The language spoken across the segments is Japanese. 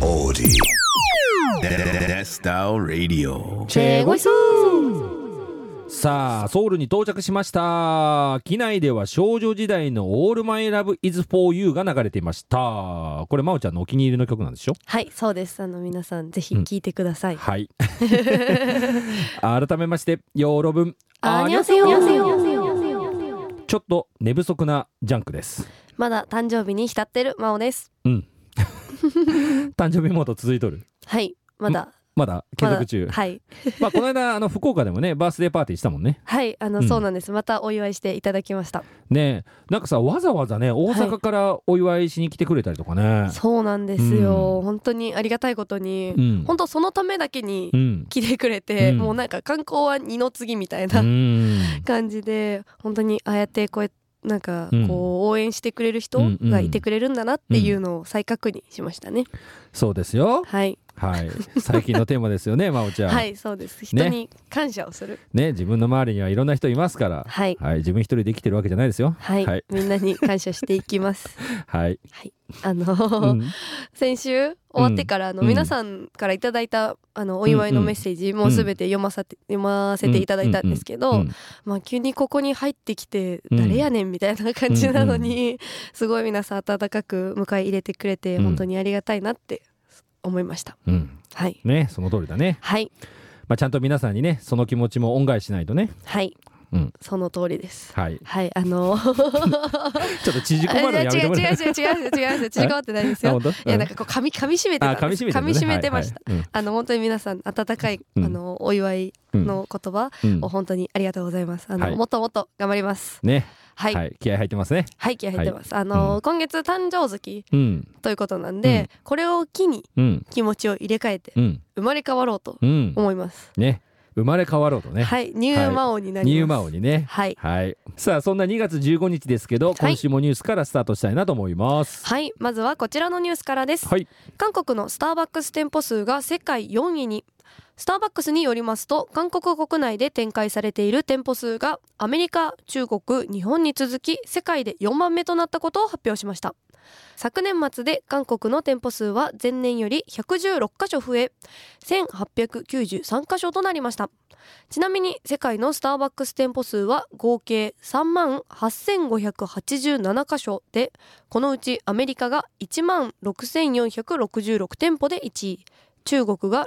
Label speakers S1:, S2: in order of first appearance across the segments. S1: melody. Destyle Radio.
S2: チェゴイス
S3: さあソウルに到着しました機内では少女時代の「オールマイラブイズフォーユーが流れていましたこれ真央ちゃんのお気に入りの曲なんでしょ
S2: はいそうですあの皆さんぜひ聞いてください、
S3: はい 改めましてヨーロ文
S2: あにょせよ
S3: ちょっと寝不足なジャンクです
S2: まだ誕生日に浸ってる真央です
S3: 誕生日モード続いとる
S2: はいまだ
S3: まだ継
S2: まだ
S3: 続中、
S2: はい
S3: まあこの間あの福岡でもねバースデーパーティーしたもんね
S2: はいあの、
S3: うん
S2: そうなんですまたお祝いしていただきました
S3: ねえなんかさわざわざね大阪からお祝いしに来てくれたりとかね、
S2: そうなんですよ、
S3: うん
S2: 本当にありがたいことに、
S3: うん
S2: 本当そのためだけに
S3: うん
S2: 来てくれて、
S3: うん
S2: もうなんか観光は二の次みたいうな、
S3: ん
S2: 感じで本当にああやってこうやなんかこ
S3: うん
S2: う応援してくれる人
S3: うんうん
S2: がいてくれるんだなっていうのを再確認しましたね。
S3: そうですよ
S2: はい、
S3: はい最近のテーマですよね真央ちゃん、
S2: はい、そうです。人に感謝をする。
S3: ね自分の周りにはいろんな人いますから
S2: はい、
S3: はい自分一人で生きてるわけじゃないですよ
S2: はい、
S3: はい
S2: みんなに感謝していきます。
S3: はい、
S2: あの、
S3: うん
S2: 先週終わってから、あの
S3: うん
S2: 皆さんからいただいたあのお祝いのメッセージ、もうすべて読まさて読ませていただいたんですけど、
S3: うん
S2: まあ急にここに入ってきて
S3: うん
S2: 誰やねんみたいな感じなのに、すごい皆さん温かく迎え入れてくれて
S3: うん
S2: 本当にありがたいなって思いました。
S3: うん
S2: はい
S3: ねその通りだね、
S2: はい
S3: まあ、ちゃんと皆さんにねその気持ちも恩返ししないとね
S2: はい、
S3: うん
S2: その通りです。
S3: はい
S2: はいあの
S3: ちょっと縮こまるの
S2: 違
S3: や
S2: う違
S3: めても
S2: う
S3: ら
S2: 違う違う違う違う違う違う
S3: え
S2: 違う違うってないです
S3: あ
S2: よ。
S3: 本当
S2: いや
S3: うん
S2: なんかこう噛み噛み締めてた
S3: あ
S2: んです
S3: 噛み締めてた
S2: 噛
S3: ね
S2: み締めてました。
S3: はいはい
S2: あの本当に皆さん温かい、
S3: うん
S2: あのお祝い
S3: うん
S2: の言葉
S3: うんうん
S2: を本当にありがとうございます。あの、
S3: はい
S2: もっともっと頑張ります。
S3: ね
S2: は、
S3: はいい、
S2: はい、
S3: 気合入ってますね
S2: 気合入ってます。あの、
S3: うん
S2: 今月誕生月
S3: うん
S2: ということなんで、これを機に
S3: うん
S2: 気持ちを入れ替えて
S3: うん
S2: 生まれ変わろうと
S3: うん
S2: 思います。
S3: ね生まれ変わろうとね、
S2: はい、ニューマオになります。
S3: ニューマオにね
S2: はい。
S3: はいさあそんな2月15日ですけど、
S2: い
S3: 今週もニュースからスタートしたいなと思います
S2: はい、まずはこちらのニュースからです。
S3: はい
S2: 韓国のスターバックス店舗数が世界4位にスターバックスによりますと韓国国内で展開されている店舗数がアメリカ中国日本に続き世界で4番目となったことを発表しました昨年末で韓国の店舗数は前年より116箇所増え1893箇所となりましたちなみに世界のスターバックス店舗数は合計3万8587箇所でこのうちアメリカが1万6466店舗で1位中国が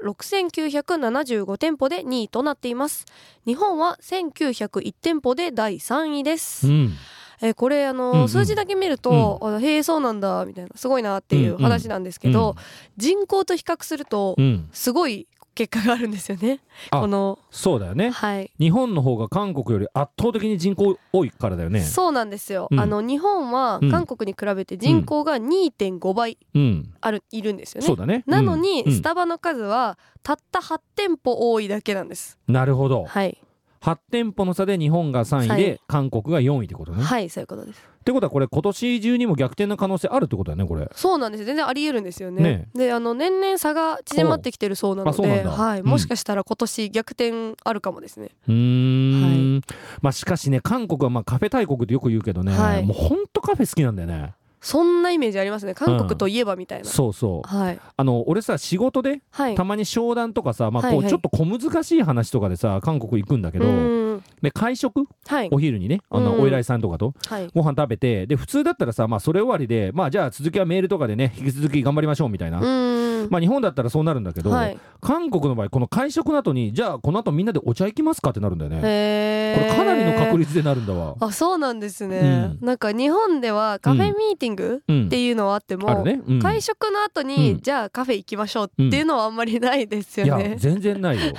S2: 6975店舗で2位となっています日本は1901店舗で第3位です、
S3: うん
S2: えーこれあの、
S3: うんうん
S2: 数字だけ見ると、あへえそうなんだみたいなすごいなっていう話なんですけど、人口と比較すると、
S3: うん
S2: すごい結果があるんですよね
S3: あ
S2: この
S3: そうだよね
S2: はい
S3: 日本の方が韓国より圧倒的に人口多いからだよね
S2: そうなんですよ、
S3: うん
S2: あの日本は
S3: うん
S2: 韓国に比べて人口が2.5倍
S3: うん
S2: あるいるんですよね
S3: そうだね
S2: なのに、
S3: うんうん
S2: スタバの数はたった8店舗多いだけなんです。
S3: なるほど
S2: はい、
S3: 8店舗の差で日本が3位
S2: は
S3: で
S2: い
S3: 韓国が4位ってことね
S2: はい、そういうことです。
S3: ってことはこれ今年中にも逆転の可能性あるってことだよねこれ
S2: そうなんですよ。全然あり得るんですよね。
S3: ね
S2: で、あの年々差が縮まってきてるそうなの
S3: おあそうな
S2: で、
S3: んだ
S2: はい、
S3: うん
S2: もしかしたら今年逆転あるかもですね。
S3: うーん、まあしかしね韓国はまあカフェ大国ってよく言うけどね、
S2: はい
S3: もうほんとカフェ好きなんだよね
S2: そんなイメージありますね。韓国といえばみたいな。
S3: そうそう
S2: はい、
S3: あの俺さ仕事で
S2: はい。
S3: たまに商談とかさ、まあ、
S2: はい
S3: こう
S2: はい
S3: ちょっと小難しい話とかでさ韓国行くんだけ
S2: う
S3: ど、
S2: ーん、
S3: で会食
S2: はい、
S3: お昼にねあ
S2: うん
S3: のお偉いさんとかと
S2: はい、
S3: ご飯食べてで普通だったらさ、まあ、それ終わりで、まあ、じゃあ続きはメールとかでね引き続き頑張りましょうみたいうな、
S2: ーん、
S3: まあ、日本だったらそうなるんだけど、
S2: はい、
S3: 韓国の場合この会食の後にじゃあこの後みんなでお茶行きますかってなるんだよね。
S2: へ
S3: これかなりの確
S2: 率。
S3: 率でなるんだわ。
S2: あ、そうなんですね。
S3: う
S2: なんか日本ではカフェミーティング
S3: うん
S2: っていうのはあっても、
S3: あるね、うん
S2: 会食の後に、
S3: うん
S2: じゃあカフェ行きましょうっていうのはあんまりないです
S3: い
S2: よ
S3: や
S2: ね。
S3: 全然ない よ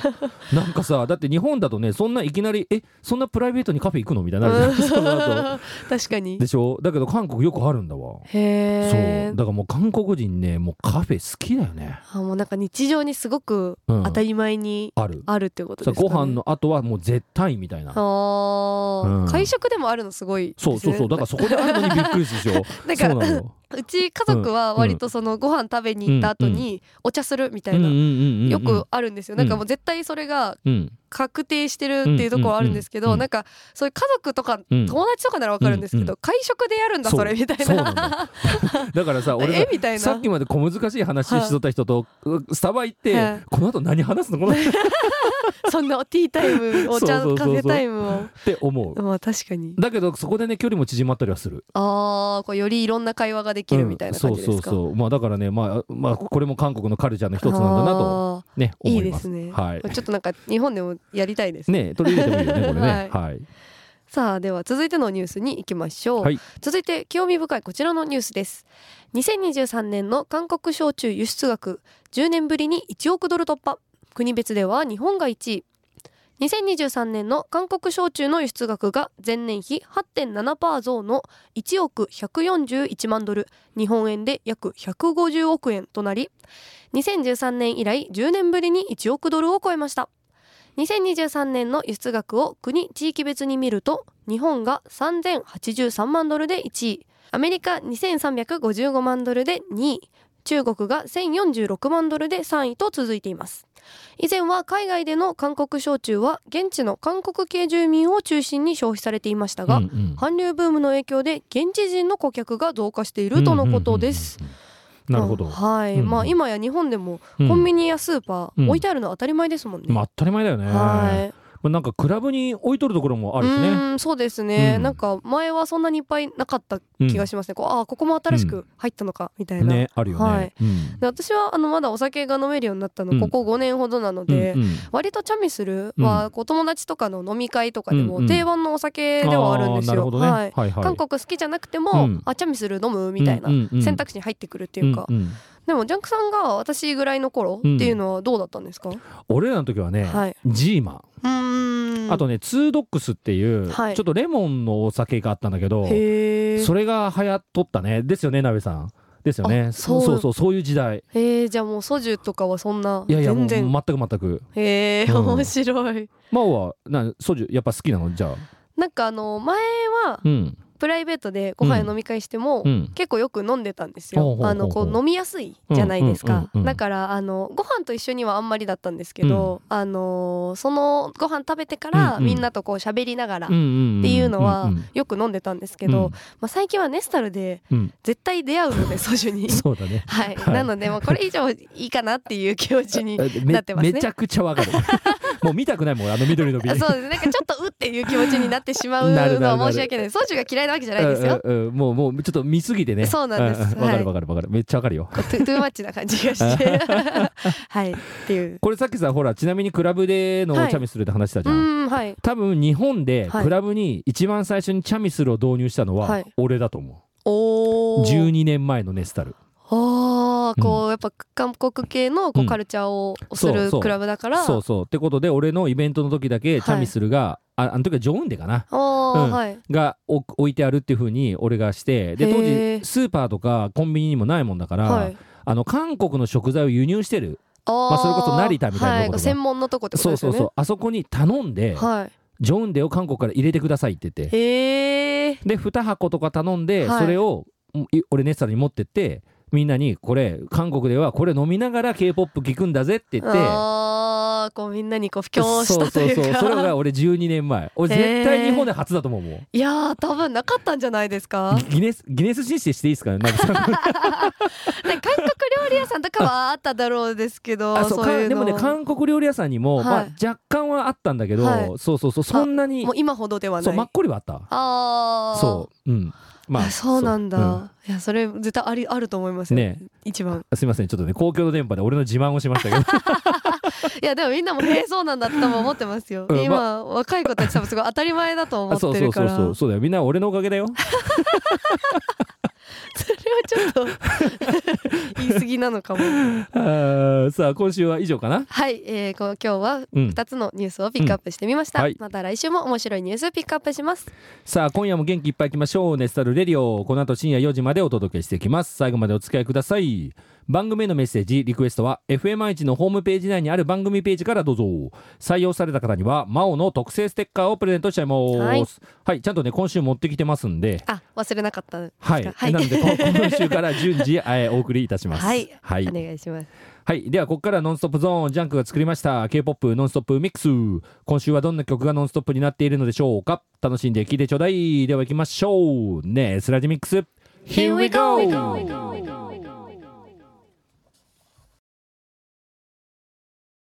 S3: なんかさだって日本だとねそんないきなりえそんなプライベートにカフェ行くのみたいになるじゃん その後
S2: 確かに
S3: で。しょだけど韓国よくあるんだわ
S2: へ
S3: そ
S2: え
S3: う。だからもう韓国人ねもうカフェ好きだよね、
S2: あもうなんか日常にすごく
S3: うん、
S2: 当たり前に
S3: ある
S2: あるってこと
S3: さ
S2: ですか、ね
S3: ご飯の後はもう絶対みたいな
S2: あー、
S3: うん
S2: 会食でもあるのすごいです、
S3: そ
S2: ね。
S3: うそうそうだからそこであるのにびっくりするでし
S2: な
S3: ょ
S2: ん
S3: そう
S2: か
S3: なのよ
S2: うち家族は割とそのご飯食べに行った後にお茶するみたい
S3: うんうん
S2: な
S3: うんうん
S2: よくあるんですよ
S3: うん
S2: なんかもう絶対それが
S3: うん
S2: 確定してるっていうところはあるんですけ
S3: うんうん
S2: ど
S3: うん
S2: なんかそういう家族とか
S3: うん
S2: 友達とかならわかるんですけ
S3: うんう
S2: ど会食でやるんだ
S3: そう
S2: それみたい
S3: そうな んだ
S2: な
S3: だからさ俺
S2: え
S3: が
S2: みたいな
S3: さっきまで小難しい話しとった人とうスタバ行って、
S2: はい
S3: この後何話すのこのっ
S2: そんなティータイムお茶
S3: そうそうそうそう
S2: カフェタイムを
S3: て 思う
S2: まあ確かに
S3: だけどそこでね距離も縮まったりはする
S2: ああこうよりいろんな会話ができるみたいな感じですか
S3: うんそうそうそうまあだからねまあまあこれも韓国のカルチャーの一つなんだなと
S2: あー
S3: ね
S2: い
S3: 思
S2: い
S3: い
S2: で
S3: ます
S2: すね
S3: はい
S2: ちょっとなんか日本でもやりたいですね
S3: ね取り入れてもいいよねこれね
S2: はい
S3: はい
S2: さあでは続いてのニュースに行きましょう、
S3: はい
S2: 続いて興味深いこちらのニュースです2023年の韓国焼酎輸出額10年ぶりに1億ドル突破国別では日本が1位2023年の韓国焼酎の輸出額が前年比8.7%増の1億141万ドル日本円で約150億円となり2013年以来10年ぶりに1億ドルを超えました2023年の輸出額を国・地域別に見ると日本が3083万ドルで1位アメリカ2355万ドルで2位中国が1046万ドルで3位と続いています以前は海外での韓国焼酎は現地の韓国系住民を中心に消費されていましたが、
S3: うんうん
S2: 韓流ブームの影響で現地人の顧客が増加しているとのことです。
S3: うんうんうんなるほど、
S2: うんはい、
S3: うん
S2: まあ今や日本でも
S3: うん
S2: コンビニやスーパ
S3: う
S2: ー
S3: ん
S2: 置いてあるの当たり前ですもんね。
S3: まあ当たり前だよね、
S2: はい。
S3: まあ、なんかクラブに置いとるところもあ
S2: う
S3: るしね
S2: ーん、そうですね、
S3: うん
S2: なんか前はそんなにいっぱいなかった気がしますね。こうああここも新しく入ったのかみたいな。
S3: ねあるよね、
S2: はい
S3: うん
S2: で私はあのまだお酒が飲めるようになった
S3: うん
S2: のここ5年ほどなので。
S3: うんうん
S2: 割とチャミスル
S3: う
S2: はこう友達とかの飲み会とかで
S3: うんう
S2: も
S3: ん
S2: 定番のお酒ではあるんです
S3: ーなる
S2: よ。
S3: ほどね、
S2: は
S3: はいい、はい
S2: 韓国好きじゃなくて
S3: う
S2: も、
S3: ん
S2: あチャミスル飲むみたいな選択肢に入ってくるって
S3: て
S2: いうか、
S3: んうん
S2: でもジャンクさんが私ぐらいの頃っていうのはどうだったんですか、
S3: 俺らの時はね、
S2: はい
S3: ジーマ
S2: うーん
S3: ンあとねツードックスっていう、
S2: はい
S3: ちょっとレモンのお酒があったんだけど
S2: へえ
S3: それが流行っとったねですよね鍋さんですよね
S2: あそう
S3: そ
S2: う
S3: そうそうそういう時代
S2: へえじゃあもうソジュとかはそんない
S3: やいやもう
S2: 全然
S3: 全く全く
S2: へえ
S3: うん
S2: 面白い、
S3: 真央はなソジュやっぱ好きなのじゃあ
S2: なんかあの前は
S3: うん
S2: プライベートでご飯や飲み会しても、
S3: うん
S2: 結構よく飲んでたんです
S3: ほうほ
S2: よ
S3: うほうほう
S2: あのこう飲みやすいじゃないです
S3: うんうん
S2: か
S3: うんうん
S2: だからあのご飯と一緒にはあんまりだったんですけど、あのそのご飯食べてか
S3: うん
S2: ら
S3: うん
S2: みんなとこう喋りながら
S3: うんうんん
S2: っていうのは
S3: んん
S2: よく飲んでたんですけど、まあ、最近はネスタルで
S3: うんうん
S2: 絶対出会うのでソジュに。
S3: そうだね
S2: はい、
S3: はい
S2: なのでもうこれ以上いいかなっていう気持ち に
S3: えめ
S2: なってますね
S3: めちゃくちゃ わかるもう見たくないもんあの緑のビ
S2: あ
S3: ル
S2: そうですなんかちょっとうっていう気持ちになってしまう
S3: なるな
S2: の
S3: るな
S2: は
S3: る
S2: 申し訳ないソジュが嫌いなわけじゃないですよ
S3: うんうんうんもうもうちょっと見すぎてね
S2: そうなんです
S3: わ、か
S2: はい
S3: るわかるわかるめっちゃわかるよ
S2: こうトゥトゥーマッチな感じがして はいっていう
S3: これさっきさほらちなみにクラブでの
S2: はい
S3: チャミスルって話したじ
S2: う
S3: ゃん、
S2: んはい
S3: 多分日本で
S2: はい
S3: クラブに一番最初にチャミスルを導入したの
S2: は
S3: はい俺だと思う、
S2: おー
S3: 12年前のネスタル
S2: あーこうやっぱ韓国系のこ
S3: う
S2: うんカルチャーをす
S3: そう
S2: る
S3: そう
S2: クラブだから
S3: そうそうってことで俺のイベントの時だけ
S2: い
S3: チャミスルが、ああの時はジョウンデかな
S2: あー
S3: うん
S2: はい
S3: が置く置いてあるっていうふうに俺がしてで当
S2: へ
S3: 時
S2: ー
S3: スーパーとかコンビニにもないもんだから、
S2: はい
S3: あの韓国の食材を輸入してる
S2: あ
S3: ま
S2: ー
S3: あそれこそ成田みたいなところ
S2: は
S3: が
S2: 専門のとこってこと
S3: そう
S2: です
S3: そ
S2: よ
S3: う
S2: ね
S3: そうあそこに頼んで、
S2: は
S3: ジョウンデを韓国から入れてくださいって言っ
S2: い
S3: て
S2: へえ
S3: で2箱とか頼んで、
S2: はい
S3: それをい俺ネスタルに持ってってみんなにこれ韓国ではこれ飲みながら k p o p 聞くんだぜって言って
S2: ああこうみんなにこう布教したというか
S3: そうそうそうそれが俺12年前俺絶対日本で初だと思うもん
S2: いやー多分なかったんじゃないですか
S3: ギネスギネス申請していいですかねナビさん
S2: なんか韓国料理屋さんとかはあっただろうですけど
S3: あ
S2: そ
S3: そう
S2: う
S3: か
S2: いう
S3: で
S2: の
S3: もね韓国料理屋さんにも、
S2: はい
S3: まあ、若干はあったんだけど、
S2: はい
S3: そうそうそうそんなに
S2: もう今ほどでは
S3: そ
S2: な
S3: う
S2: い、
S3: まっこりはあった
S2: ああ
S3: そううんまあ
S2: そうなんだ、
S3: そう
S2: いやそれ絶対ありあると思います
S3: うん
S2: よ、
S3: ね
S2: 一番
S3: すいませんちょっとね公共の電波で俺の自慢をし ましたけど
S2: いやでもみんなもへえそうなんだって多分思ってますよ、
S3: うんま
S2: 今、若い子たち多分すごい当たり前だと思
S3: あそ
S2: っ
S3: う
S2: て
S3: そ
S2: る
S3: う
S2: か
S3: そう
S2: らそ
S3: そうそうだよみんな俺のおかげだよ
S2: れはちょっと 言い過ぎなのかも
S3: あーさあ今週は以上かな
S2: はい、えー、こう今日は
S3: うん
S2: 2つのニュースをピックアップしてみました、
S3: うんはい
S2: また来週も面白いニュースピックアップします
S3: さあ今夜も元気いっぱいいきましょうネスタルレディオこの後深夜4時までお届けしていきます最後までお付き合いください番組へのメッセージリクエストは FMI1 のホームページ内にある番組ページからどうぞ採用された方にはマオの特製ステッカーをプレゼントしちゃいます
S2: は
S3: はいい、ちゃんとね今週持ってきてますんで
S2: あ忘れなかったですか
S3: はい、なのでこ今週から順次、えーお送りいたしま す
S2: はい
S3: はい
S2: お願いします
S3: はい。では、ここからノンストップゾーン、ジャンクが作りました。K-POP ノンストップミックス。今週はどんな曲がノンストップになっているのでしょうか楽しんで聴いてちょうだい。では行きましょう。ねえ、スラジミックス。
S2: Here we go!